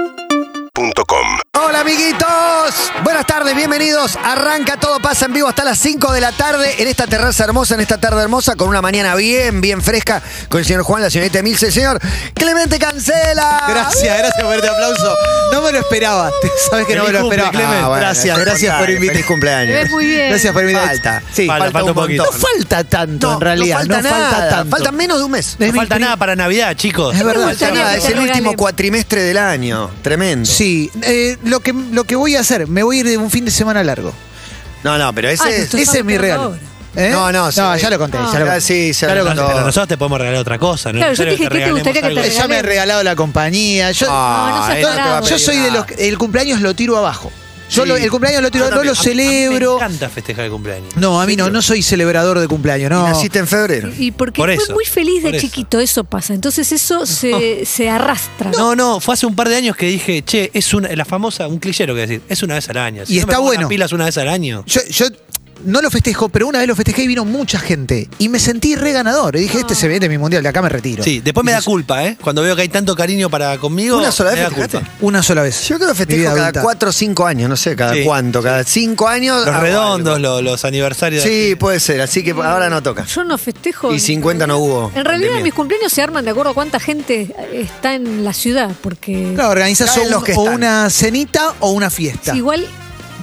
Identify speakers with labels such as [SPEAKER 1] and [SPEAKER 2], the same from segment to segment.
[SPEAKER 1] UrbanaPlayFM.com
[SPEAKER 2] Hola amiguitos, buenas tardes, bienvenidos. Arranca todo pasa en vivo hasta las 5 de la tarde en esta terraza hermosa, en esta tarde hermosa, con una mañana bien, bien fresca, con el señor Juan, la señorita Emilce, el señor Clemente Cancela.
[SPEAKER 3] Gracias, gracias por este aplauso. No me lo esperaba. Sabes que no me lo esperaba.
[SPEAKER 2] Ah, bueno,
[SPEAKER 3] gracias,
[SPEAKER 2] feliz
[SPEAKER 3] gracias por
[SPEAKER 2] cumpleaños,
[SPEAKER 3] invitarme.
[SPEAKER 2] feliz cumpleaños.
[SPEAKER 4] Te ves muy bien.
[SPEAKER 3] Gracias por invitarme.
[SPEAKER 2] Falta.
[SPEAKER 3] Sí,
[SPEAKER 5] Falta,
[SPEAKER 3] falta,
[SPEAKER 5] falta
[SPEAKER 3] un
[SPEAKER 5] un poquito.
[SPEAKER 3] montón. No falta tanto en realidad. No
[SPEAKER 2] Uh, falta
[SPEAKER 3] falta,
[SPEAKER 2] nada,
[SPEAKER 3] tanto.
[SPEAKER 2] falta menos de un mes.
[SPEAKER 3] Es
[SPEAKER 5] No
[SPEAKER 3] mi
[SPEAKER 5] falta
[SPEAKER 3] prim-
[SPEAKER 5] nada para Navidad, chicos.
[SPEAKER 3] Es verdad.
[SPEAKER 2] falta
[SPEAKER 4] Sí,
[SPEAKER 2] nada,
[SPEAKER 4] que
[SPEAKER 2] es
[SPEAKER 4] te
[SPEAKER 2] el
[SPEAKER 4] regalen.
[SPEAKER 2] último cuatrimestre del año. Tremendo.
[SPEAKER 3] Sí, eh, lo, que, lo que voy a hacer, me voy a ir de un fin de semana largo.
[SPEAKER 2] No, no, pero ese
[SPEAKER 4] Ah,
[SPEAKER 2] es.
[SPEAKER 4] esto
[SPEAKER 3] Ese es mi
[SPEAKER 4] Ahora.
[SPEAKER 3] regalo. ¿Eh?
[SPEAKER 2] No, no, sí.
[SPEAKER 3] no, ya lo conté. Ya lo
[SPEAKER 2] Ah,
[SPEAKER 3] conté.
[SPEAKER 2] sí, ya
[SPEAKER 3] Ya
[SPEAKER 2] lo
[SPEAKER 3] lo
[SPEAKER 5] No,
[SPEAKER 2] contó.
[SPEAKER 3] cuando-
[SPEAKER 5] pero nosotros te podemos regalar otra cosa. No
[SPEAKER 4] Claro,
[SPEAKER 5] es
[SPEAKER 4] yo te
[SPEAKER 5] necesario que
[SPEAKER 4] dije, ¿qué te
[SPEAKER 5] regalemos
[SPEAKER 4] gustaría que te
[SPEAKER 5] algo.
[SPEAKER 3] Ya me he regalado la compañía. Yo,
[SPEAKER 2] Ah,
[SPEAKER 4] No, no seas
[SPEAKER 2] él te va a
[SPEAKER 4] tarado.
[SPEAKER 2] pedir
[SPEAKER 3] yo soy de los.
[SPEAKER 2] nada.
[SPEAKER 3] El cumpleaños lo tiro abajo. Yo
[SPEAKER 2] Sí.
[SPEAKER 3] lo- el cumpleaños lo tiro,
[SPEAKER 5] Yo
[SPEAKER 3] no lo
[SPEAKER 5] también. A mí
[SPEAKER 3] celebro.
[SPEAKER 5] Me encanta festejar el cumpleaños.
[SPEAKER 3] No, a mí no, no soy celebrador de cumpleaños, no.
[SPEAKER 2] Naciste en febrero.
[SPEAKER 4] Y porque
[SPEAKER 5] Por
[SPEAKER 4] fue
[SPEAKER 5] eso,
[SPEAKER 4] muy feliz de
[SPEAKER 5] por eso.
[SPEAKER 4] chiquito, eso pasa. Entonces eso se, se arrastra.
[SPEAKER 5] No, no, fue hace un par de años que dije, che, es una, la famosa, un cliché lo que decir, es una vez al año.
[SPEAKER 3] Y
[SPEAKER 5] no me
[SPEAKER 3] está
[SPEAKER 5] pongo
[SPEAKER 3] bueno.
[SPEAKER 5] las pilas una vez al año.
[SPEAKER 3] Yo, yo no lo festejo, pero una vez lo festejé y vino mucha gente. Y me sentí re ganador. Y dije,
[SPEAKER 2] Ah.
[SPEAKER 3] este se viene mi mundial, de acá me retiro.
[SPEAKER 5] Sí, después me da culpa, ¿eh? Cuando veo que hay tanto cariño para conmigo,
[SPEAKER 2] ¿Una sola
[SPEAKER 5] me
[SPEAKER 2] vez
[SPEAKER 5] da
[SPEAKER 2] festejaste?
[SPEAKER 5] culpa.
[SPEAKER 3] Una sola vez.
[SPEAKER 2] Yo creo que
[SPEAKER 3] Mi
[SPEAKER 2] festejo
[SPEAKER 3] vida
[SPEAKER 2] cada
[SPEAKER 3] adulta.
[SPEAKER 2] cuatro o cinco años, no sé, cada
[SPEAKER 5] Sí,
[SPEAKER 2] cuánto, cada cinco años.
[SPEAKER 5] Los
[SPEAKER 2] hago
[SPEAKER 5] redondos,
[SPEAKER 2] algo.
[SPEAKER 5] lo- los aniversarios.
[SPEAKER 2] Ah, Sí, puede ser, así que ahora no toca.
[SPEAKER 4] Yo no festejo.
[SPEAKER 2] Y 50 no hubo.
[SPEAKER 4] En realidad
[SPEAKER 2] Pandemia.
[SPEAKER 4] mis cumpleaños se arman de acuerdo a cuánta gente está en la ciudad, porque
[SPEAKER 3] Claro, organizas
[SPEAKER 2] Caen
[SPEAKER 3] o,
[SPEAKER 2] los que
[SPEAKER 3] o
[SPEAKER 2] están.
[SPEAKER 3] una cenita o una fiesta.
[SPEAKER 4] Sí, igual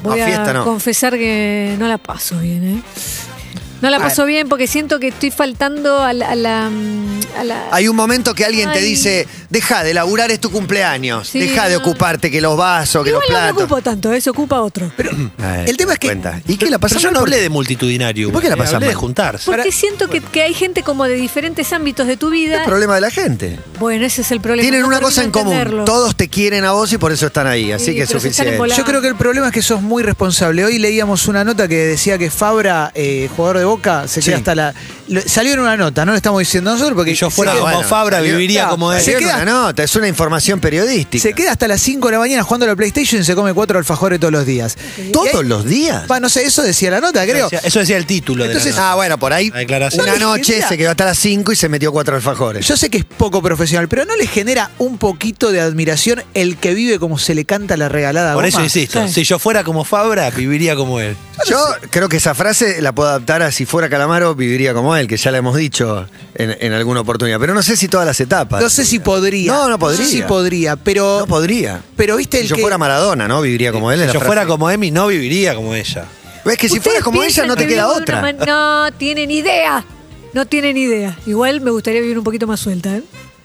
[SPEAKER 4] voy
[SPEAKER 2] No,
[SPEAKER 4] a
[SPEAKER 2] fiesta no.
[SPEAKER 4] confesar que no la paso bien, ¿eh? No la paso bien porque siento que estoy faltando a la... a la- a la-
[SPEAKER 2] Hay un momento que alguien te
[SPEAKER 4] Ay.
[SPEAKER 2] dice, deja de laburar, es tu cumpleaños,
[SPEAKER 4] Sí,
[SPEAKER 2] deja de
[SPEAKER 4] no.
[SPEAKER 2] ocuparte que los vasos, que
[SPEAKER 4] Igual
[SPEAKER 2] los
[SPEAKER 4] no me
[SPEAKER 2] platos.
[SPEAKER 4] ocupo tanto, eso ocupa otro.
[SPEAKER 2] Ay,
[SPEAKER 3] El tema es que-
[SPEAKER 2] cuenta. ¿Y qué la
[SPEAKER 5] Pero
[SPEAKER 2] pasamos?
[SPEAKER 5] yo no hablé de multitudinario.
[SPEAKER 2] ¿Por qué la
[SPEAKER 5] eh,
[SPEAKER 2] pasás
[SPEAKER 5] Hablé de
[SPEAKER 2] mal?
[SPEAKER 5] juntarse.
[SPEAKER 4] Porque siento que, que hay gente como de diferentes ámbitos de tu vida.
[SPEAKER 2] Es problema de la gente.
[SPEAKER 4] Bueno, ese es el problema.
[SPEAKER 2] Tienen
[SPEAKER 4] no
[SPEAKER 2] una
[SPEAKER 4] termino
[SPEAKER 2] cosa en
[SPEAKER 4] de
[SPEAKER 2] común,
[SPEAKER 4] entenderlo.
[SPEAKER 2] todos te quieren a vos y por eso están ahí, así
[SPEAKER 4] Sí,
[SPEAKER 2] que es
[SPEAKER 4] pero se están
[SPEAKER 2] suficiente.
[SPEAKER 4] embolando.
[SPEAKER 3] Yo creo que el problema es que sos muy responsable. Hoy leíamos una nota que decía que Fabra, eh, jugador de Boca, se
[SPEAKER 2] Sí.
[SPEAKER 3] queda hasta la. lo- salió en una nota, no lo estamos diciendo nosotros porque.
[SPEAKER 5] Si yo
[SPEAKER 3] se
[SPEAKER 5] fuera
[SPEAKER 3] queda-
[SPEAKER 5] como
[SPEAKER 2] bueno,
[SPEAKER 5] Fabra,
[SPEAKER 2] salió-
[SPEAKER 5] viviría
[SPEAKER 3] claro,
[SPEAKER 5] como él.
[SPEAKER 3] se
[SPEAKER 2] Salió
[SPEAKER 3] queda-
[SPEAKER 2] una nota, es una información periodística.
[SPEAKER 3] Se queda hasta las 5 de la mañana jugando a la PlayStation y se come cuatro alfajores todos los días. Y
[SPEAKER 2] todos
[SPEAKER 3] ahí-
[SPEAKER 2] los días.
[SPEAKER 3] Va, no sé, eso decía la nota, creo.
[SPEAKER 5] Decía- Eso decía el título. de la
[SPEAKER 3] Entonces-
[SPEAKER 5] nota.
[SPEAKER 2] Ah, bueno, por ahí
[SPEAKER 5] La declaración.
[SPEAKER 2] una
[SPEAKER 3] Una
[SPEAKER 2] noche
[SPEAKER 3] ligereza.
[SPEAKER 2] se quedó hasta las 5 y se metió cuatro alfajores.
[SPEAKER 3] Yo sé que es poco profesional, pero ¿no le genera un poquito de admiración el que vive como se le canta la
[SPEAKER 2] ah,
[SPEAKER 3] regalada
[SPEAKER 5] Por
[SPEAKER 3] goma?
[SPEAKER 5] eso insisto,
[SPEAKER 4] Sí.
[SPEAKER 5] si yo fuera como Fabra, viviría como él.
[SPEAKER 2] Yo creo que esa frase la puedo adaptar a si fuera Calamaro, viviría como él, que ya la hemos dicho en, en alguna oportunidad. Pero no sé si todas las etapas.
[SPEAKER 3] No sé si podría.
[SPEAKER 2] No, no podría.
[SPEAKER 3] sé si podría, pero...
[SPEAKER 2] No podría.
[SPEAKER 3] pero viste el
[SPEAKER 2] Si yo
[SPEAKER 3] que...
[SPEAKER 2] fuera Maradona, ¿no? Viviría como él. es
[SPEAKER 5] Si
[SPEAKER 2] la
[SPEAKER 5] yo
[SPEAKER 2] frase.
[SPEAKER 5] fuera como Emi, no viviría como ella.
[SPEAKER 2] Es que si
[SPEAKER 4] Ustedes
[SPEAKER 2] fueras como ella,
[SPEAKER 4] piensan
[SPEAKER 2] no te
[SPEAKER 4] que
[SPEAKER 2] queda
[SPEAKER 4] vivo de una
[SPEAKER 2] otra.
[SPEAKER 4] man- No tienen idea. No tienen idea. Igual me gustaría vivir un poquito más suelta, ¿eh?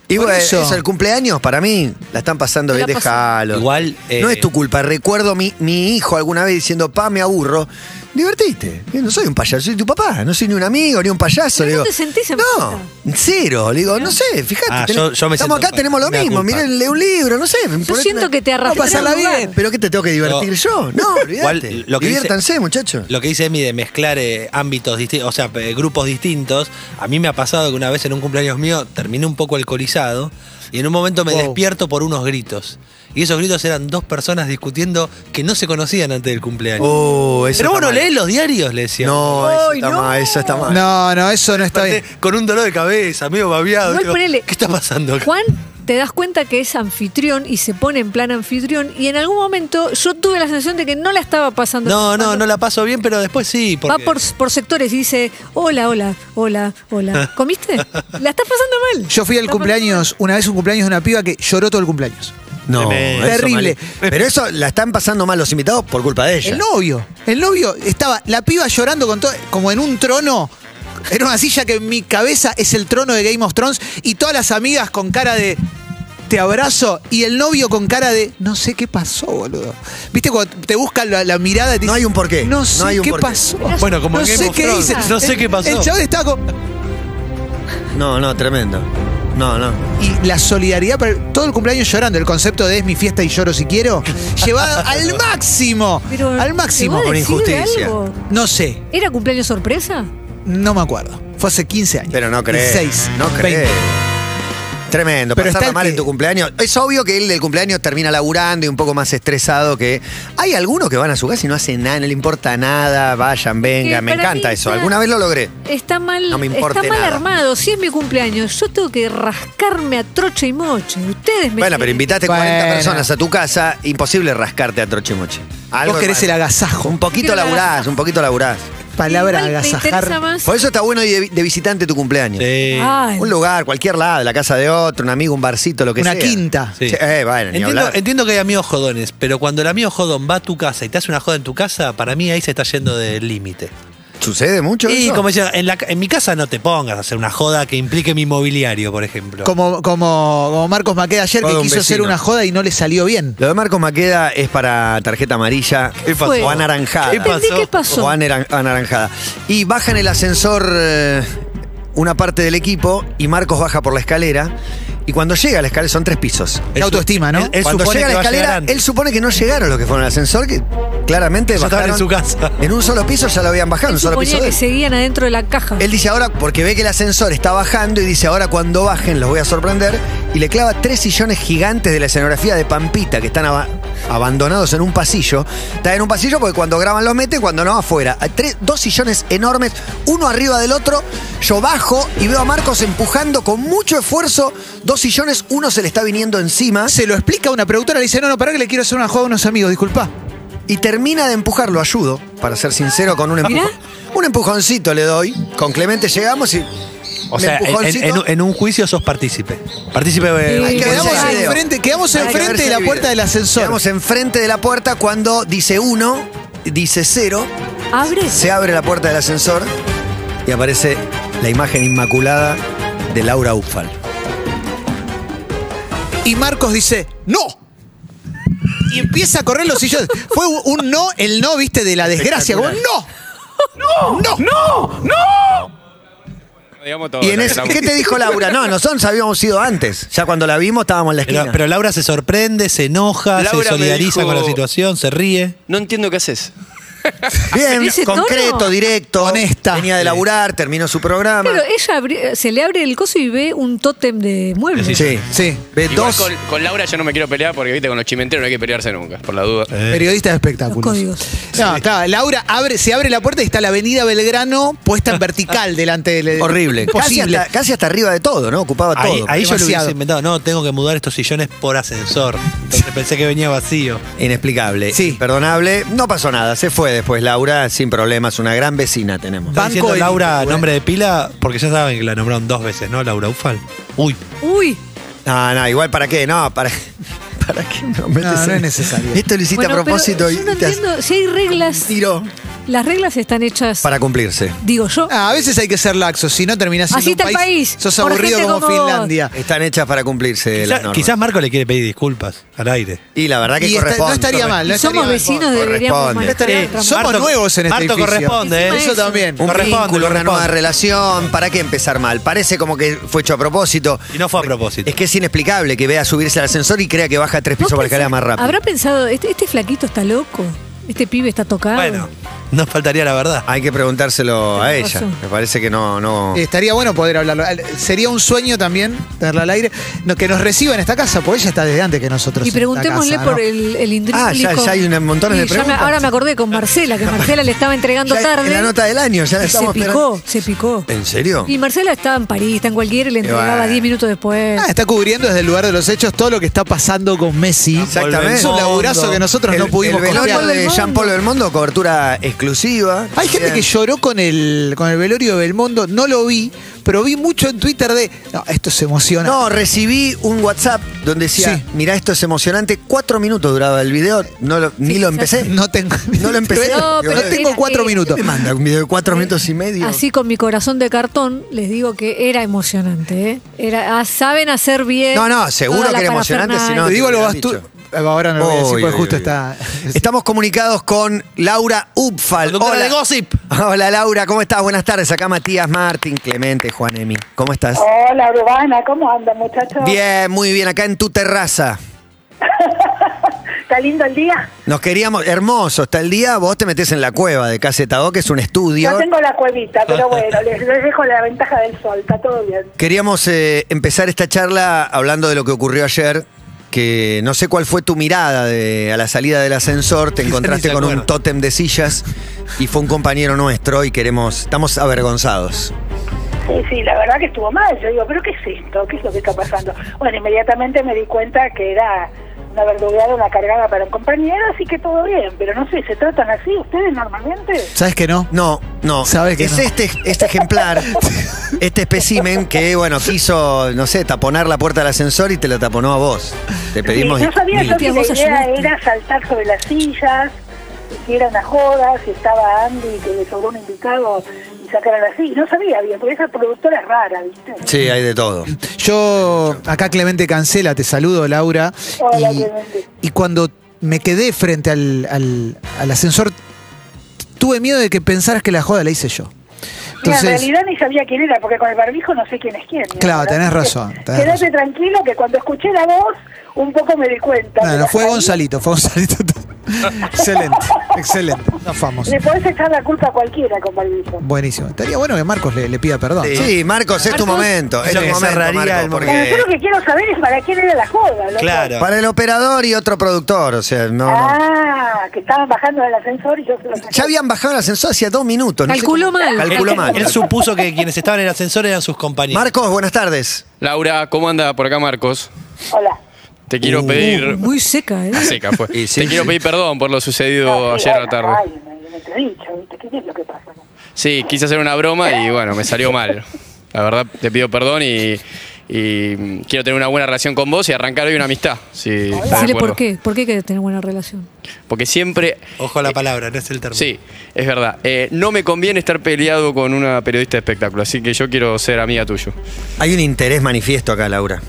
[SPEAKER 2] Y
[SPEAKER 3] Por
[SPEAKER 2] bueno,
[SPEAKER 3] eso.
[SPEAKER 2] eso, el cumpleaños para mí la están pasando
[SPEAKER 4] Me
[SPEAKER 2] bien,
[SPEAKER 4] la paso-
[SPEAKER 2] déjalo.
[SPEAKER 5] Igual, eh,
[SPEAKER 2] no es tu culpa. Recuerdo mi, mi hijo alguna vez diciendo, pa, me aburro. Divertiste. Yo No soy un payaso, soy tu papá. No soy ni un amigo, ni un payaso.
[SPEAKER 4] Pero
[SPEAKER 2] Le
[SPEAKER 4] no
[SPEAKER 2] digo,
[SPEAKER 4] te sentís en
[SPEAKER 2] No,
[SPEAKER 4] falta.
[SPEAKER 2] cero. Le digo, no sé, fíjate.
[SPEAKER 5] Ah,
[SPEAKER 2] tenés-
[SPEAKER 5] yo- yo me
[SPEAKER 2] estamos
[SPEAKER 5] siento
[SPEAKER 2] acá,
[SPEAKER 5] en
[SPEAKER 2] tenemos lo
[SPEAKER 5] falta, me da
[SPEAKER 2] mismo.
[SPEAKER 5] culpa.
[SPEAKER 2] Miren, lee un libro, no sé.
[SPEAKER 4] Yo siento que te arrastras.
[SPEAKER 3] pasarla
[SPEAKER 4] al lugar.
[SPEAKER 3] bien.
[SPEAKER 2] Pero que te tengo que divertir
[SPEAKER 5] No.
[SPEAKER 2] yo. No, olvídate.
[SPEAKER 5] Igual, lo que dice-
[SPEAKER 2] Diviértanse, muchachos.
[SPEAKER 5] Lo que dice Emi de mezclar eh, ámbitos distintos, o sea, eh, grupos distintos, a mí me ha pasado que una vez en un cumpleaños mío terminé un poco alcoholizado y en un momento me
[SPEAKER 3] Wow.
[SPEAKER 5] despierto por unos gritos. Y esos gritos eran dos personas discutiendo que no se conocían antes del cumpleaños.
[SPEAKER 2] Oh, eso
[SPEAKER 5] Pero
[SPEAKER 2] está
[SPEAKER 5] bueno,
[SPEAKER 2] mal.
[SPEAKER 5] lees los diarios, le decía.
[SPEAKER 2] No, eso
[SPEAKER 4] Ay,
[SPEAKER 2] está
[SPEAKER 4] no.
[SPEAKER 2] mal, eso está mal.
[SPEAKER 3] No, no, eso no está bien.
[SPEAKER 5] Aparte, Con un dolor de cabeza, medio babiado.
[SPEAKER 4] Igual
[SPEAKER 5] digo,
[SPEAKER 4] ponele-
[SPEAKER 5] ¿Qué está pasando acá?
[SPEAKER 4] Juan, te das cuenta que es anfitrión y se pone en plan anfitrión. Y en algún momento yo tuve la sensación de que no la estaba pasando.
[SPEAKER 5] No, no, no la paso bien, pero después sí.
[SPEAKER 4] Va
[SPEAKER 5] porque-
[SPEAKER 4] por, por sectores y dice, hola, hola, hola, hola. ¿Comiste? La estás pasando mal.
[SPEAKER 3] Yo fui al
[SPEAKER 4] Está pasando
[SPEAKER 3] cumpleaños, una vez un cumpleaños de una piba que lloró todo el cumpleaños.
[SPEAKER 2] No,
[SPEAKER 5] Tremendo.
[SPEAKER 2] eso
[SPEAKER 3] Terrible.
[SPEAKER 2] mal. Pero eso la están pasando mal los invitados por culpa de ella.
[SPEAKER 3] El novio, el novio, estaba la piba llorando con todo, como en un trono. Era una silla que en mi cabeza es el trono de Game of Thrones y todas las amigas con cara de te abrazo y el novio con cara de no sé qué pasó, boludo. ¿Viste cuando te buscan la, la mirada y te
[SPEAKER 2] No
[SPEAKER 3] dicen,
[SPEAKER 2] hay un porqué,
[SPEAKER 3] No
[SPEAKER 2] no
[SPEAKER 3] sé
[SPEAKER 2] hay un
[SPEAKER 3] qué
[SPEAKER 2] porqué".
[SPEAKER 3] pasó.
[SPEAKER 5] Bueno, como
[SPEAKER 3] no
[SPEAKER 5] en Game
[SPEAKER 3] sé
[SPEAKER 5] of
[SPEAKER 3] qué
[SPEAKER 5] Thrones.
[SPEAKER 3] dice.
[SPEAKER 5] No sé
[SPEAKER 3] El-
[SPEAKER 5] qué pasó.
[SPEAKER 3] El chabón estaba con-
[SPEAKER 2] No, no, tremendo. No, no.
[SPEAKER 3] y la solidaridad para todo el cumpleaños llorando, el concepto de es mi fiesta y lloro si quiero, llevado al máximo,
[SPEAKER 4] Pero,
[SPEAKER 3] al máximo.
[SPEAKER 4] ¿te va a
[SPEAKER 2] con
[SPEAKER 4] decir
[SPEAKER 2] injusticia.
[SPEAKER 4] algo?
[SPEAKER 3] No sé,
[SPEAKER 4] ¿Era cumpleaños sorpresa?
[SPEAKER 3] no me acuerdo. Fue hace 15 años.
[SPEAKER 2] Pero no crees.
[SPEAKER 3] 16,
[SPEAKER 2] No
[SPEAKER 3] 20.
[SPEAKER 2] crees. Tremendo,
[SPEAKER 3] Pero está
[SPEAKER 2] pasarla
[SPEAKER 3] el
[SPEAKER 2] mal
[SPEAKER 3] que-
[SPEAKER 2] en tu cumpleaños. Es obvio que él del cumpleaños termina laburando y un poco más estresado que. Hay algunos que van a su casa y no hacen nada, no le importa nada, vayan, vengan,
[SPEAKER 4] Que
[SPEAKER 2] me
[SPEAKER 4] para
[SPEAKER 2] encanta
[SPEAKER 4] mí
[SPEAKER 2] eso.
[SPEAKER 4] está-
[SPEAKER 2] Alguna vez lo logré.
[SPEAKER 4] Está mal,
[SPEAKER 2] No me importe
[SPEAKER 4] está mal
[SPEAKER 2] nada.
[SPEAKER 4] armado. Si es mi cumpleaños, yo tengo que rascarme a troche y moche. Ustedes me
[SPEAKER 2] Bueno, pero
[SPEAKER 4] tienen-
[SPEAKER 2] invitaste
[SPEAKER 3] Bueno.
[SPEAKER 2] 40 personas a tu casa, imposible rascarte a trochimoche. Algo
[SPEAKER 3] Vos querés
[SPEAKER 2] de-
[SPEAKER 3] el agasajo.
[SPEAKER 2] Un poquito
[SPEAKER 4] Quiero el
[SPEAKER 2] laburás,
[SPEAKER 4] agasajo.
[SPEAKER 2] un poquito laburás.
[SPEAKER 3] Palabra
[SPEAKER 4] Igual Me interesa
[SPEAKER 3] agasajar.
[SPEAKER 4] más.
[SPEAKER 2] Por eso está bueno ir de, de visitante tu cumpleaños.
[SPEAKER 5] Sí.
[SPEAKER 4] Ay,
[SPEAKER 2] Un lugar, cualquier lado, la casa de otro, un amigo, un barcito, lo que
[SPEAKER 3] Una
[SPEAKER 2] sea.
[SPEAKER 3] quinta.
[SPEAKER 5] Sí.
[SPEAKER 2] Sí, eh, bueno, ni
[SPEAKER 5] entiendo,
[SPEAKER 2] hablar.
[SPEAKER 5] entiendo que hay amigos jodones, pero cuando el amigo jodón va a tu casa y te hace una joda en tu casa, para mí ahí se está yendo del límite.
[SPEAKER 2] ¿Sucede mucho
[SPEAKER 5] Y
[SPEAKER 2] eso?
[SPEAKER 5] como decía, en, la ca- en mi casa no te pongas a hacer una joda que implique mi mobiliario, por ejemplo.
[SPEAKER 3] Como, como, como Marcos Maqueda ayer
[SPEAKER 2] Joda
[SPEAKER 3] que
[SPEAKER 2] un
[SPEAKER 3] quiso hacer
[SPEAKER 2] vecino.
[SPEAKER 3] una joda y no le salió bien.
[SPEAKER 2] Lo de Marcos Maqueda es para tarjeta amarilla
[SPEAKER 5] ¿Qué pasó?
[SPEAKER 4] fue?
[SPEAKER 2] o anaranjada.
[SPEAKER 5] ¿Qué
[SPEAKER 4] Entendí
[SPEAKER 5] pasó?
[SPEAKER 4] qué pasó.
[SPEAKER 2] O aneran- anaranjada. Y bajan el ascensor eh, una parte del equipo y Marcos baja por la escalera. Y cuando llega a la escalera, son tres pisos.
[SPEAKER 3] Qué autoestima, ¿no?
[SPEAKER 5] Él, él
[SPEAKER 2] cuando
[SPEAKER 5] supone
[SPEAKER 2] llega a
[SPEAKER 5] que
[SPEAKER 2] la
[SPEAKER 5] va a
[SPEAKER 2] escalera,
[SPEAKER 5] llegar antes.
[SPEAKER 2] él supone que no llegaron los que fueron al ascensor, que claramente
[SPEAKER 5] Ya estaban
[SPEAKER 2] bajaron.
[SPEAKER 5] en su casa.
[SPEAKER 2] En un solo piso ya lo habían bajado, en un solo piso.
[SPEAKER 4] Suponía
[SPEAKER 2] de
[SPEAKER 4] que
[SPEAKER 2] él.
[SPEAKER 4] seguían adentro de la caja.
[SPEAKER 2] Él dice ahora, porque ve que el ascensor está bajando y dice ahora cuando bajen los voy a sorprender. Y le clava tres sillones gigantes de la escenografía de Pampita que están aba- abandonados en un pasillo. Están en un pasillo porque cuando graban los meten, cuando no afuera. Hay tres- dos sillones enormes, uno arriba del otro. Yo bajo y veo a Marcos empujando con mucho esfuerzo dos sillones, uno se le está viniendo encima.
[SPEAKER 3] Se lo explica a una productora, le dice, no, no, pará que le quiero hacer una joda a unos amigos, disculpa.
[SPEAKER 2] Y termina de empujarlo, ayudo, para ser sincero, con un empujón.
[SPEAKER 4] Mirá.
[SPEAKER 2] Un empujoncito le doy. Con Clemente llegamos y.
[SPEAKER 5] O
[SPEAKER 2] me
[SPEAKER 5] sea, en- en,
[SPEAKER 2] empujoncito.
[SPEAKER 5] en un- en un juicio sos partícipe. Partícipe. eh,
[SPEAKER 4] Hay
[SPEAKER 5] puede ser.
[SPEAKER 4] que ver
[SPEAKER 3] Quedamos
[SPEAKER 4] ese video.
[SPEAKER 3] enfrente, quedamos
[SPEAKER 2] Hay que ver
[SPEAKER 3] enfrente
[SPEAKER 2] ese
[SPEAKER 3] de la
[SPEAKER 2] video.
[SPEAKER 3] puerta del ascensor.
[SPEAKER 2] Quedamos enfrente de la puerta cuando dice uno, dice cero,
[SPEAKER 4] Abre.
[SPEAKER 2] se abre la puerta del ascensor y aparece la imagen inmaculada de Laura Ufal.
[SPEAKER 3] Y Marcos dice, ¡No! Y empieza a correr los sillones. Fue un- un no, el no, viste, de la desgracia. Como, ¡No! ¡No! ¡No!
[SPEAKER 1] Digamos todo
[SPEAKER 2] Y en
[SPEAKER 1] lo que
[SPEAKER 2] ese-
[SPEAKER 1] estamos-
[SPEAKER 2] ¿Qué te dijo Laura? No, nosotros habíamos ido antes. Ya cuando la vimos estábamos en la esquina.
[SPEAKER 5] Pero, pero Laura se sorprende, se enoja, se
[SPEAKER 1] Laura me
[SPEAKER 5] solidariza
[SPEAKER 1] dijo-
[SPEAKER 5] con la situación, se ríe.
[SPEAKER 1] No entiendo qué haces.
[SPEAKER 3] Ah,
[SPEAKER 2] Bien,
[SPEAKER 4] ¿Ese tono?
[SPEAKER 2] concreto, directo.
[SPEAKER 3] Honesta.
[SPEAKER 2] Venía de laburar, terminó su programa.
[SPEAKER 4] Pero ella abri- eh, se le abre el coso y ve un tótem de muebles.
[SPEAKER 2] Sí,
[SPEAKER 3] Sí.
[SPEAKER 2] Ve
[SPEAKER 1] Igual
[SPEAKER 2] dos.
[SPEAKER 1] Con, con Laura yo no me quiero pelear porque viste con los chimenteros no hay que pelearse nunca, por la duda.
[SPEAKER 5] Eh,
[SPEAKER 3] Periodista de espectáculos.
[SPEAKER 4] Los códigos.
[SPEAKER 3] No, claro, Laura abre, se abre la puerta y está la avenida Belgrano puesta en vertical delante del.
[SPEAKER 2] Horrible. Casi
[SPEAKER 3] Posible.
[SPEAKER 2] hasta, casi hasta arriba de todo, ¿no? Ocupaba
[SPEAKER 5] Ahí,
[SPEAKER 2] todo.
[SPEAKER 5] ahí yo lo
[SPEAKER 3] demasiado.
[SPEAKER 5] hubiese inventado. No, tengo que mudar estos sillones por ascensor. Entonces pensé que venía vacío.
[SPEAKER 2] Inexplicable.
[SPEAKER 3] Sí.
[SPEAKER 2] Imperdonable. No pasó nada. Se fue después Laura sin problemas. Una gran vecina tenemos.
[SPEAKER 5] Está
[SPEAKER 3] Banco
[SPEAKER 5] diciendo
[SPEAKER 3] el-
[SPEAKER 5] Laura nombre de pila, porque ya saben que la nombraron dos veces, ¿no? Laura Ufal. Uy,
[SPEAKER 4] Uy.
[SPEAKER 2] No, no, igual para qué. No, para, para qué no metes
[SPEAKER 3] No, no
[SPEAKER 2] en-
[SPEAKER 3] es necesario.
[SPEAKER 2] Esto lo hiciste
[SPEAKER 4] Bueno,
[SPEAKER 2] a propósito
[SPEAKER 4] pero
[SPEAKER 2] y
[SPEAKER 4] yo no
[SPEAKER 2] te has-
[SPEAKER 4] entiendo. Si hay reglas,
[SPEAKER 2] tiró.
[SPEAKER 4] las reglas están hechas,
[SPEAKER 2] Para cumplirse.
[SPEAKER 4] digo yo.
[SPEAKER 3] Ah, a veces hay que ser laxo, si no terminás siendo
[SPEAKER 4] Así
[SPEAKER 3] un
[SPEAKER 4] está el país,
[SPEAKER 3] Sos
[SPEAKER 4] por
[SPEAKER 3] aburrido
[SPEAKER 4] gente
[SPEAKER 3] como,
[SPEAKER 4] como vos.
[SPEAKER 3] Finlandia.
[SPEAKER 2] Están hechas para cumplirse
[SPEAKER 5] Quizá-
[SPEAKER 2] las normas.
[SPEAKER 5] quizás Marco le quiere pedir disculpas al aire.
[SPEAKER 2] Y la verdad que
[SPEAKER 3] Y está-
[SPEAKER 2] corresponde.
[SPEAKER 3] no estaría mal, no
[SPEAKER 4] Y somos
[SPEAKER 3] estaría-
[SPEAKER 4] vecinos, deberíamos
[SPEAKER 2] corresponde.
[SPEAKER 4] manejar
[SPEAKER 3] Eh,
[SPEAKER 4] otra
[SPEAKER 3] somos
[SPEAKER 5] Marto-
[SPEAKER 3] nuevos en este
[SPEAKER 5] Marto
[SPEAKER 3] edificio.
[SPEAKER 5] corresponde, ¿eh?
[SPEAKER 3] Eso también.
[SPEAKER 2] Un
[SPEAKER 5] Corresponde,
[SPEAKER 2] vínculo, una
[SPEAKER 5] corresponde.
[SPEAKER 2] nueva relación. ¿Para qué empezar mal? Parece como que fue hecho a propósito.
[SPEAKER 5] Y no fue a propósito.
[SPEAKER 2] Es que es inexplicable que vea subirse al ascensor y crea que baja tres
[SPEAKER 4] ¿Vos
[SPEAKER 2] pisos para la
[SPEAKER 4] pensás-
[SPEAKER 2] escalera más rápido.
[SPEAKER 4] Habrá pensado, este, este flaquito está loco, este pibe está tocado.
[SPEAKER 5] Bueno, nos faltaría la verdad.
[SPEAKER 2] Hay que preguntárselo a
[SPEAKER 4] Tenés
[SPEAKER 2] ella.
[SPEAKER 4] razón.
[SPEAKER 2] Me parece que no, no.
[SPEAKER 3] Eh, Estaría bueno poder hablarlo. Al- Sería un sueño también tenerla al aire. No, que nos reciba en esta casa, porque ella está desde antes que nosotros. en
[SPEAKER 4] Y
[SPEAKER 3] esta
[SPEAKER 4] preguntémosle
[SPEAKER 3] casa,
[SPEAKER 4] por
[SPEAKER 3] ¿no?
[SPEAKER 4] el, el
[SPEAKER 2] Ah, ya-
[SPEAKER 4] indrílico.
[SPEAKER 2] ya hay un montón de
[SPEAKER 4] Y ya me-
[SPEAKER 2] preguntas.
[SPEAKER 4] ahora me acordé con Marcela, que Marcela le estaba entregando
[SPEAKER 2] Ya es-
[SPEAKER 4] tarde.
[SPEAKER 2] en la nota del año, ya la
[SPEAKER 4] y se
[SPEAKER 2] estamos
[SPEAKER 4] picó, se picó.
[SPEAKER 2] ¿En serio?
[SPEAKER 4] Y Marcela estaba en París, está en cualquiera y le
[SPEAKER 2] Y
[SPEAKER 4] entregaba
[SPEAKER 2] bueno.
[SPEAKER 4] 10 minutos después.
[SPEAKER 3] Ah, está cubriendo desde el lugar de los hechos todo lo que está pasando con Messi.
[SPEAKER 2] Exactamente.
[SPEAKER 3] Es un laburazo que nosotros no pudimos
[SPEAKER 2] el velorio
[SPEAKER 3] costear.
[SPEAKER 2] de
[SPEAKER 4] Belmondo.
[SPEAKER 2] Jean Paul Belmondo, cobertura exclusiva.
[SPEAKER 3] Hay gente
[SPEAKER 2] Bien.
[SPEAKER 3] que lloró con el, con el velorio de Belmondo, no lo vi, pero vi mucho en Twitter de. No, esto es emocionante.
[SPEAKER 2] No, recibí un WhatsApp donde decía,
[SPEAKER 3] Sí.
[SPEAKER 2] mirá, esto es emocionante. Cuatro minutos duraba el video, no lo- ni lo empecé.
[SPEAKER 3] No tengo.
[SPEAKER 2] No lo empecé.
[SPEAKER 4] No,
[SPEAKER 2] Digo,
[SPEAKER 4] pero eh,
[SPEAKER 2] ¿qué
[SPEAKER 3] tengo
[SPEAKER 4] era-
[SPEAKER 3] cuatro
[SPEAKER 4] era-
[SPEAKER 3] minutos.
[SPEAKER 2] me manda un video de
[SPEAKER 3] Eh,
[SPEAKER 2] cuatro minutos y medio.
[SPEAKER 4] Así con mi corazón de cartón, les digo que era emocionante. ¿eh? Era, ah, saben hacer bien.
[SPEAKER 2] No, no, seguro
[SPEAKER 4] toda la
[SPEAKER 2] que era emocionante, si no-
[SPEAKER 3] Te
[SPEAKER 4] parafernalia.
[SPEAKER 3] digo algo
[SPEAKER 2] lo
[SPEAKER 3] más
[SPEAKER 2] hubieras
[SPEAKER 3] tú. Ahora no lo voy a decir,
[SPEAKER 2] Uy,
[SPEAKER 3] porque
[SPEAKER 2] uy,
[SPEAKER 3] justo
[SPEAKER 2] uy.
[SPEAKER 3] está.
[SPEAKER 2] Estamos comunicados con Laura Upfal.
[SPEAKER 5] Conductora de Gossip.
[SPEAKER 2] Hola Laura, ¿cómo estás? Buenas tardes. Acá Matías Martín, Clemente, Juan Emi. ¿Cómo estás?
[SPEAKER 6] Hola, Urbana, ¿cómo andan, muchachos?
[SPEAKER 2] Bien, muy bien. Acá en tu terraza.
[SPEAKER 6] ¿Está lindo el día?
[SPEAKER 2] Nos queríamos, hermoso, está el día, vos te metés en la cueva de Casetado, que es un estudio.
[SPEAKER 6] No tengo la cuevita, pero bueno, les, les dejo la ventaja del sol, está todo bien.
[SPEAKER 2] Queríamos eh, empezar esta charla hablando de lo que ocurrió ayer, que no sé cuál fue tu mirada de- a la salida del ascensor, te encontraste
[SPEAKER 5] se
[SPEAKER 2] con un
[SPEAKER 5] acuerda.
[SPEAKER 2] tótem de sillas y fue un compañero nuestro y queremos, estamos avergonzados.
[SPEAKER 6] Sí, sí, la verdad que estuvo mal. Yo digo, ¿pero qué es esto? ¿Qué es lo que está pasando? Bueno, inmediatamente me di cuenta que era una verdugueada, una cargada para un compañero, así que todo bien. Pero no sé, ¿se tratan así ustedes normalmente?
[SPEAKER 3] ¿Sabes que no?
[SPEAKER 2] No, no.
[SPEAKER 3] Sabés que
[SPEAKER 2] es
[SPEAKER 3] no.
[SPEAKER 2] este, este ejemplar, este espécimen que, bueno, quiso, no sé, taponar la puerta del ascensor y te la taponó a vos. Te pedimos.
[SPEAKER 6] Sí, no sabía
[SPEAKER 2] mil-
[SPEAKER 6] yo si
[SPEAKER 4] Tía,
[SPEAKER 6] la
[SPEAKER 4] vos
[SPEAKER 6] idea
[SPEAKER 4] ayudaste.
[SPEAKER 6] era saltar sobre las sillas, si era una joda, si estaba Andy que le sobró un invitado y sacaran así. No sabía bien, porque esa productora es rara, ¿viste?
[SPEAKER 2] Sí, hay de todo.
[SPEAKER 3] Yo, acá Clemente Cancela, te saludo, Laura.
[SPEAKER 6] Hola,
[SPEAKER 3] y,
[SPEAKER 6] Clemente.
[SPEAKER 3] y cuando me quedé frente al, al- al ascensor, tuve miedo de que pensaras que la joda la hice yo.
[SPEAKER 6] Mira, en
[SPEAKER 3] Entonces-
[SPEAKER 6] realidad ni sabía quién era, porque con el barbijo no sé quién es quién. ¿no?
[SPEAKER 3] Claro, tenés
[SPEAKER 6] Así que
[SPEAKER 3] razón, tenés
[SPEAKER 6] quédate
[SPEAKER 3] razón.
[SPEAKER 6] tranquilo que cuando escuché la voz, un poco me di cuenta.
[SPEAKER 3] No, no,
[SPEAKER 6] Pero
[SPEAKER 3] fue
[SPEAKER 6] ahí
[SPEAKER 3] Gonzalito, fue Gonzalito. excelente, excelente. Nos vamos.
[SPEAKER 6] Le podés echar la culpa a cualquiera con barbijo.
[SPEAKER 3] Buenísimo. Estaría bueno que Marcos le, le pida perdón. ¿no?
[SPEAKER 2] Sí, Marcos, es tu momento. Es
[SPEAKER 5] Es lo
[SPEAKER 2] tu
[SPEAKER 5] que
[SPEAKER 2] momento,
[SPEAKER 5] cerraría
[SPEAKER 2] Marcos,
[SPEAKER 5] el
[SPEAKER 6] Bueno,
[SPEAKER 2] porque
[SPEAKER 6] yo lo que quiero saber es para quién era la joda. loco.
[SPEAKER 5] Claro.
[SPEAKER 2] para el operador y otro productor, o sea, no. no.
[SPEAKER 6] Ah, que estaban bajando del ascensor y yo se lo saqué.
[SPEAKER 2] Ya habían bajado el ascensor hacía dos minutos. no sé
[SPEAKER 4] Calculó
[SPEAKER 2] cómo-
[SPEAKER 4] mal.
[SPEAKER 2] Calculó
[SPEAKER 5] Él-
[SPEAKER 2] mal.
[SPEAKER 5] Él supuso que quienes estaban en el ascensor eran sus compañeros.
[SPEAKER 2] Marcos, buenas tardes.
[SPEAKER 1] Laura, ¿cómo anda por acá Marcos?
[SPEAKER 6] Hola.
[SPEAKER 1] Te quiero pedir...
[SPEAKER 4] Muy seca, ¿eh?
[SPEAKER 1] Seca fue.
[SPEAKER 2] Uh, Y sí,
[SPEAKER 1] Te quiero
[SPEAKER 2] sí.
[SPEAKER 1] pedir perdón por lo sucedido
[SPEAKER 6] No, sí,
[SPEAKER 1] Oh, ayer a la
[SPEAKER 6] bueno,
[SPEAKER 1] tarde.
[SPEAKER 6] Ah, Ay, me, me te he dicho, ¿viste? ¿Qué es lo que pasa?
[SPEAKER 1] Sí, quise hacer una broma y bueno, me salió mal. La verdad, te pido perdón y, y mm, quiero tener una buena relación con vos y arrancar hoy una amistad. Sí,
[SPEAKER 4] Decirle por qué. ¿Por qué hay que tener buena relación?
[SPEAKER 1] Porque siempre,
[SPEAKER 5] Ojo a la palabra, no es el término.
[SPEAKER 1] sí, es verdad, eh, no me conviene estar peleado con una periodista de espectáculo, así que yo quiero ser amiga tuyo.
[SPEAKER 2] Hay un interés manifiesto acá, Laura.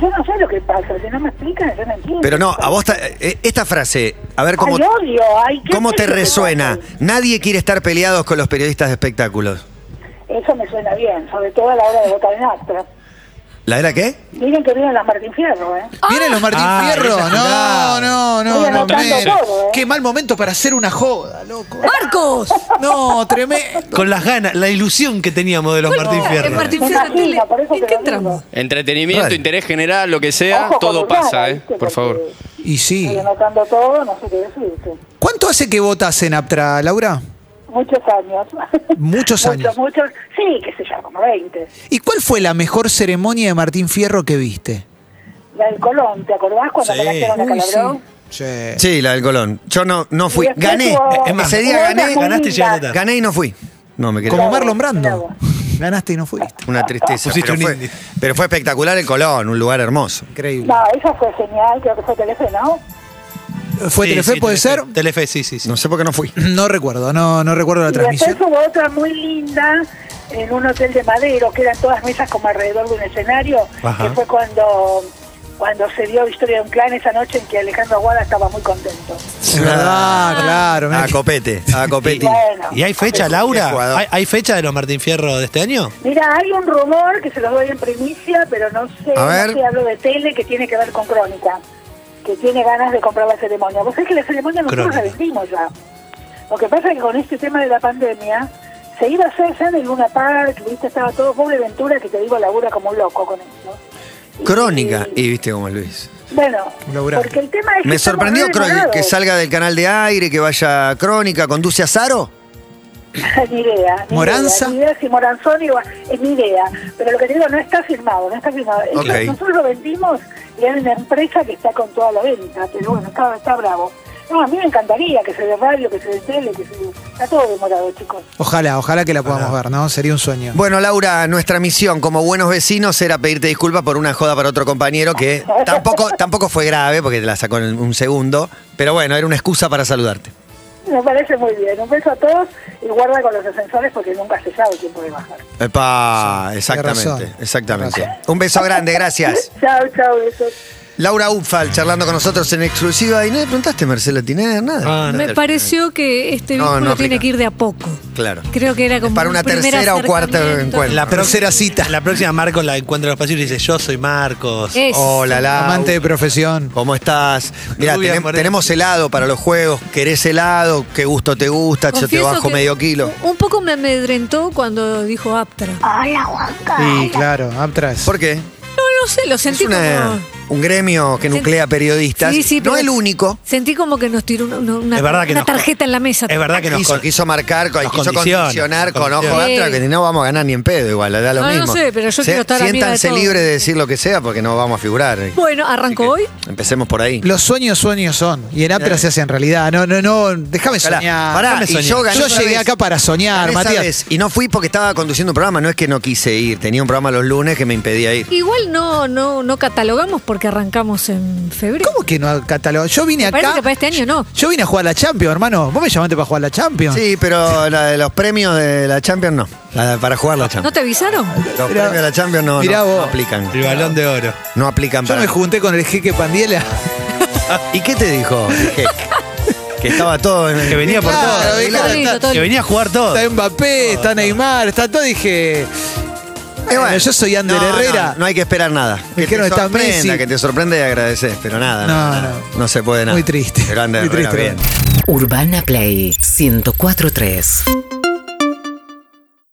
[SPEAKER 6] Yo no sé lo que pasa, si no me explican, yo no entiendo.
[SPEAKER 2] Pero no, a vos ta- eh, esta frase, a ver cómo,
[SPEAKER 6] Ay, odio, ay, ¿qué
[SPEAKER 2] cómo
[SPEAKER 6] es
[SPEAKER 2] te
[SPEAKER 6] lo que
[SPEAKER 2] resuena.
[SPEAKER 6] pasa?
[SPEAKER 2] Nadie quiere estar peleados con los periodistas de espectáculos.
[SPEAKER 6] Eso me suena bien, sobre todo a la hora de votar en acta.
[SPEAKER 2] ¿La era qué?
[SPEAKER 6] Miren que vienen las Martín Fierro, ¿eh?
[SPEAKER 3] Vienen los Martín
[SPEAKER 5] Ah,
[SPEAKER 3] Fierro.
[SPEAKER 5] esa-
[SPEAKER 3] No, no, no,
[SPEAKER 6] Estoy
[SPEAKER 3] no.
[SPEAKER 6] anotando
[SPEAKER 3] tremendo.
[SPEAKER 6] todo, ¿eh?
[SPEAKER 3] Qué mal momento para hacer una joda, loco.
[SPEAKER 4] ¡Marcos!
[SPEAKER 3] No, tremendo.
[SPEAKER 5] Con las ganas, la ilusión que teníamos de los Martín
[SPEAKER 4] Es
[SPEAKER 5] Fierro.
[SPEAKER 4] Martín
[SPEAKER 6] Me
[SPEAKER 4] Fierro.
[SPEAKER 6] imagino,
[SPEAKER 4] Tele-
[SPEAKER 6] por eso
[SPEAKER 4] ¿En
[SPEAKER 6] te
[SPEAKER 4] qué
[SPEAKER 6] lo digo.
[SPEAKER 4] entramos?
[SPEAKER 1] Entretenimiento,
[SPEAKER 2] Vale.
[SPEAKER 1] interés general, lo que sea,
[SPEAKER 6] Ojo con
[SPEAKER 1] todo
[SPEAKER 6] Urbana,
[SPEAKER 1] pasa, ¿eh?
[SPEAKER 6] ¿viste?
[SPEAKER 1] Por
[SPEAKER 6] Porque
[SPEAKER 1] favor.
[SPEAKER 3] Y sí.
[SPEAKER 6] Estoy anotando todo, no sé qué decirte.
[SPEAKER 3] ¿Cuánto hace que votas en Aptra, Laura?
[SPEAKER 6] Muchos años.
[SPEAKER 3] Muchos años.
[SPEAKER 6] Muchos, muchos. Sí, qué sé yo, como 20.
[SPEAKER 3] ¿Y cuál fue la mejor ceremonia de Martín Fierro que viste?
[SPEAKER 6] La del Colón, ¿te acordás cuando
[SPEAKER 5] Sí.
[SPEAKER 6] me ganaron a
[SPEAKER 4] Uy, sí.
[SPEAKER 6] Calabrón?
[SPEAKER 2] Sí, la del Colón. Yo no, no fui.
[SPEAKER 6] Y después
[SPEAKER 2] Gané. Eh,
[SPEAKER 6] hubo-
[SPEAKER 5] Es más,
[SPEAKER 2] Ese día
[SPEAKER 6] hubo
[SPEAKER 2] gané.
[SPEAKER 6] una
[SPEAKER 5] ganaste y
[SPEAKER 6] junta.
[SPEAKER 5] llegaste tarde.
[SPEAKER 2] Gané y no fui. No, me quedé.
[SPEAKER 3] Como
[SPEAKER 6] Bravo,
[SPEAKER 3] Marlon Brando.
[SPEAKER 6] bravo.
[SPEAKER 3] Ganaste y no fuiste.
[SPEAKER 2] Una tristeza.
[SPEAKER 5] Pusiste
[SPEAKER 2] Pero
[SPEAKER 5] un
[SPEAKER 2] fue,
[SPEAKER 5] indie.
[SPEAKER 2] pero fue espectacular el Colón, un lugar hermoso.
[SPEAKER 3] Increíble.
[SPEAKER 6] No, esa fue genial, creo que fue Telefe, ¿no?
[SPEAKER 3] ¿Fue
[SPEAKER 5] Sí,
[SPEAKER 3] Telefe,
[SPEAKER 5] sí,
[SPEAKER 3] puede ser?
[SPEAKER 5] Telefe, sí, sí. sí.
[SPEAKER 2] No sé por qué no fui.
[SPEAKER 3] No recuerdo, no, no recuerdo la
[SPEAKER 6] Y después
[SPEAKER 3] transmisión.
[SPEAKER 6] hubo otra muy linda en un hotel de Madero, que eran todas mesas como alrededor de un escenario,
[SPEAKER 5] Ajá.
[SPEAKER 6] que fue cuando cuando se dio Historia de un Clan esa noche en que Alejandro Aguada estaba muy contento.
[SPEAKER 3] Es verdad, claro. mirá
[SPEAKER 2] A
[SPEAKER 3] que-
[SPEAKER 2] Copete, a Copete.
[SPEAKER 6] Bueno.
[SPEAKER 5] ¿Y hay fecha,
[SPEAKER 2] Qué jugador.
[SPEAKER 5] Laura? ¿Hay, hay fecha de los Martín Fierro de este año?
[SPEAKER 6] Mira, hay un rumor que se los doy en primicia, pero no sé,
[SPEAKER 2] A
[SPEAKER 6] no
[SPEAKER 2] ver.
[SPEAKER 6] sé, hablo de tele que tiene que ver con Crónica, que tiene ganas de comprar la ceremonia. Vos sabés que la ceremonia nosotros la
[SPEAKER 5] Crónica.
[SPEAKER 6] vendimos ya. Lo que pasa es que con este tema de la pandemia, se iba a hacer ya en el Luna Park, viste, estaba todo pobre Ventura, que te digo, labura como un loco con esto. Y-
[SPEAKER 2] Crónica. Y viste como Luis.
[SPEAKER 6] bueno,
[SPEAKER 3] Laburante.
[SPEAKER 6] porque el tema es que
[SPEAKER 2] Me
[SPEAKER 6] estamos
[SPEAKER 2] sorprendió
[SPEAKER 6] re
[SPEAKER 2] Crónica, que
[SPEAKER 6] demorados.
[SPEAKER 2] salga del canal de aire, que vaya a Crónica, conduce a Zaro.
[SPEAKER 6] ni idea. Ni
[SPEAKER 3] ¿Moranza?
[SPEAKER 6] Idea, ni idea si Moranzoni o- es mi idea. Pero lo que te digo, no está firmado, no está firmado. Esto
[SPEAKER 2] Ok.
[SPEAKER 6] Nosotros lo vendimos y hay una empresa que está con toda la venta, pero bueno, está, está bravo. No, a mí me encantaría que se dé radio, que se dé tele, que se dé... Está todo demorado, chicos.
[SPEAKER 3] Ojalá, ojalá que la podamos ver, ¿no? Sería un sueño.
[SPEAKER 2] Bueno, Laura, nuestra misión como buenos vecinos era pedirte disculpas por una joda para otro compañero que tampoco, tampoco fue grave porque te la sacó en un segundo, pero bueno, era una excusa para saludarte.
[SPEAKER 6] Me parece muy bien. Un beso a todos y guarda con los ascensores porque nunca se sabe quién puede bajar.
[SPEAKER 2] Epa,
[SPEAKER 3] Sí,
[SPEAKER 2] exactamente,
[SPEAKER 3] tenés razón.
[SPEAKER 2] exactamente.
[SPEAKER 3] Tenés
[SPEAKER 2] Un beso grande, gracias.
[SPEAKER 6] Chao, chao, besos.
[SPEAKER 2] Laura Upfal charlando con nosotros en exclusiva. Y no le preguntaste, Marcela Tiner, nada.
[SPEAKER 5] Ah,
[SPEAKER 4] Me pareció que este
[SPEAKER 2] No,
[SPEAKER 4] vínculo
[SPEAKER 2] no
[SPEAKER 4] tiene
[SPEAKER 2] aplica.
[SPEAKER 4] que ir de a poco.
[SPEAKER 2] Claro.
[SPEAKER 4] Creo que era como
[SPEAKER 2] Para
[SPEAKER 4] un
[SPEAKER 2] una
[SPEAKER 4] primer
[SPEAKER 2] tercera o cuarta
[SPEAKER 4] acercamiento.
[SPEAKER 2] encuentro.
[SPEAKER 5] La próxima cita. La próxima Marcos la encuentra en los pasillos y dice, yo soy Marcos.
[SPEAKER 4] Es.
[SPEAKER 2] Hola, Laura.
[SPEAKER 3] Amante de profesión.
[SPEAKER 2] ¿Cómo estás? Mira,
[SPEAKER 5] Rubia, morena.
[SPEAKER 2] tenemos helado para los juegos. ¿Querés helado? ¿Qué gusto te gusta? Yo te
[SPEAKER 4] Confieso
[SPEAKER 2] bajo
[SPEAKER 4] que
[SPEAKER 2] medio kilo.
[SPEAKER 4] Un poco me amedrentó cuando dijo Aptra. No,
[SPEAKER 6] Hola, Juanca.
[SPEAKER 3] Sí, claro, Amtras.
[SPEAKER 2] ¿Por qué?
[SPEAKER 4] no sé, lo
[SPEAKER 2] Es
[SPEAKER 4] sentí
[SPEAKER 2] una-
[SPEAKER 4] como.
[SPEAKER 2] un gremio que
[SPEAKER 4] Sent-
[SPEAKER 2] nuclea periodistas.
[SPEAKER 4] Sí, sí,
[SPEAKER 2] no
[SPEAKER 4] pero-
[SPEAKER 2] el único.
[SPEAKER 4] Sentí como que nos tiró una, una-
[SPEAKER 5] Es verdad que
[SPEAKER 4] una
[SPEAKER 5] nos-
[SPEAKER 4] tarjeta en la mesa.
[SPEAKER 5] Es verdad que nos
[SPEAKER 2] Quiso,
[SPEAKER 5] con-
[SPEAKER 2] quiso marcar,
[SPEAKER 5] nos
[SPEAKER 2] quiso
[SPEAKER 5] condiciona,
[SPEAKER 2] condicionar
[SPEAKER 5] nos
[SPEAKER 2] con ojo
[SPEAKER 5] condiciona.
[SPEAKER 2] atrás, que no vamos a ganar ni en pedo igual, da lo
[SPEAKER 4] No, no
[SPEAKER 2] mismo.
[SPEAKER 4] sé, pero yo
[SPEAKER 2] Se-
[SPEAKER 4] quiero estar amiga de
[SPEAKER 2] Siéntanse
[SPEAKER 4] todos.
[SPEAKER 2] libres de decir lo que sea porque no vamos a figurar.
[SPEAKER 4] Bueno,
[SPEAKER 2] Así
[SPEAKER 4] arrancó
[SPEAKER 2] que
[SPEAKER 4] hoy.
[SPEAKER 2] Empecemos por ahí.
[SPEAKER 3] Los sueños, sueños son. Y en Aptra se hacen realidad. No, no, no. Déjame
[SPEAKER 2] Pará,
[SPEAKER 3] soñar.
[SPEAKER 2] pará,
[SPEAKER 3] déjame
[SPEAKER 2] y
[SPEAKER 3] soñar.
[SPEAKER 2] yo gané otra
[SPEAKER 3] llegué
[SPEAKER 2] vez.
[SPEAKER 3] acá para soñar,
[SPEAKER 2] Gané esa
[SPEAKER 3] Matías.
[SPEAKER 2] vez, Y no fui porque estaba conduciendo un programa, no es que no quise ir, tenía un programa los lunes que me impedía ir.
[SPEAKER 4] Igual no, no, no catalogamos porque arrancamos en febrero.
[SPEAKER 3] ¿Cómo que no catalog? Yo vine
[SPEAKER 4] Me parece
[SPEAKER 3] acá.
[SPEAKER 4] que para este año no.
[SPEAKER 3] Yo vine a jugar la Champions, hermano. Vos me llamaste para jugar la Champions.
[SPEAKER 2] Sí, pero la de los premios de la Champions no. La de- para jugar la
[SPEAKER 4] ¿No
[SPEAKER 2] Champions.
[SPEAKER 4] te avisaron?
[SPEAKER 2] los
[SPEAKER 3] Mirá-
[SPEAKER 2] premios de la Champions no,
[SPEAKER 3] mirá
[SPEAKER 2] no- no
[SPEAKER 3] vos.
[SPEAKER 2] aplican.
[SPEAKER 5] El balón de oro.
[SPEAKER 2] No aplican
[SPEAKER 3] Yo
[SPEAKER 2] para.
[SPEAKER 3] me junté con el jeque Pandiela.
[SPEAKER 2] ¿Y qué te dijo? Que, que estaba todo en el-
[SPEAKER 5] Que venía por
[SPEAKER 3] Claro,
[SPEAKER 5] todo.
[SPEAKER 3] vi
[SPEAKER 4] Todo
[SPEAKER 3] que-
[SPEAKER 4] lindo, todo
[SPEAKER 5] Que
[SPEAKER 4] lindo.
[SPEAKER 5] venía a jugar todo.
[SPEAKER 3] Está Mbappé, está Neymar, está todo. Dije.
[SPEAKER 2] Eh, bueno.
[SPEAKER 3] bueno, yo soy Ander
[SPEAKER 2] No, no,
[SPEAKER 3] Herrera.
[SPEAKER 2] No, hay que esperar nada. Que
[SPEAKER 3] dijeron,
[SPEAKER 2] te
[SPEAKER 3] "Está
[SPEAKER 2] sorprenda,
[SPEAKER 3] Messi".
[SPEAKER 2] que te sorprenda y agradeces, pero nada.
[SPEAKER 3] No,
[SPEAKER 2] nada,
[SPEAKER 3] no.
[SPEAKER 2] nada. No se puede nada.
[SPEAKER 3] Muy triste.
[SPEAKER 2] Pero Ander
[SPEAKER 3] Muy
[SPEAKER 2] Herrera,
[SPEAKER 3] triste.
[SPEAKER 2] bien.
[SPEAKER 7] Urbana Play 1043.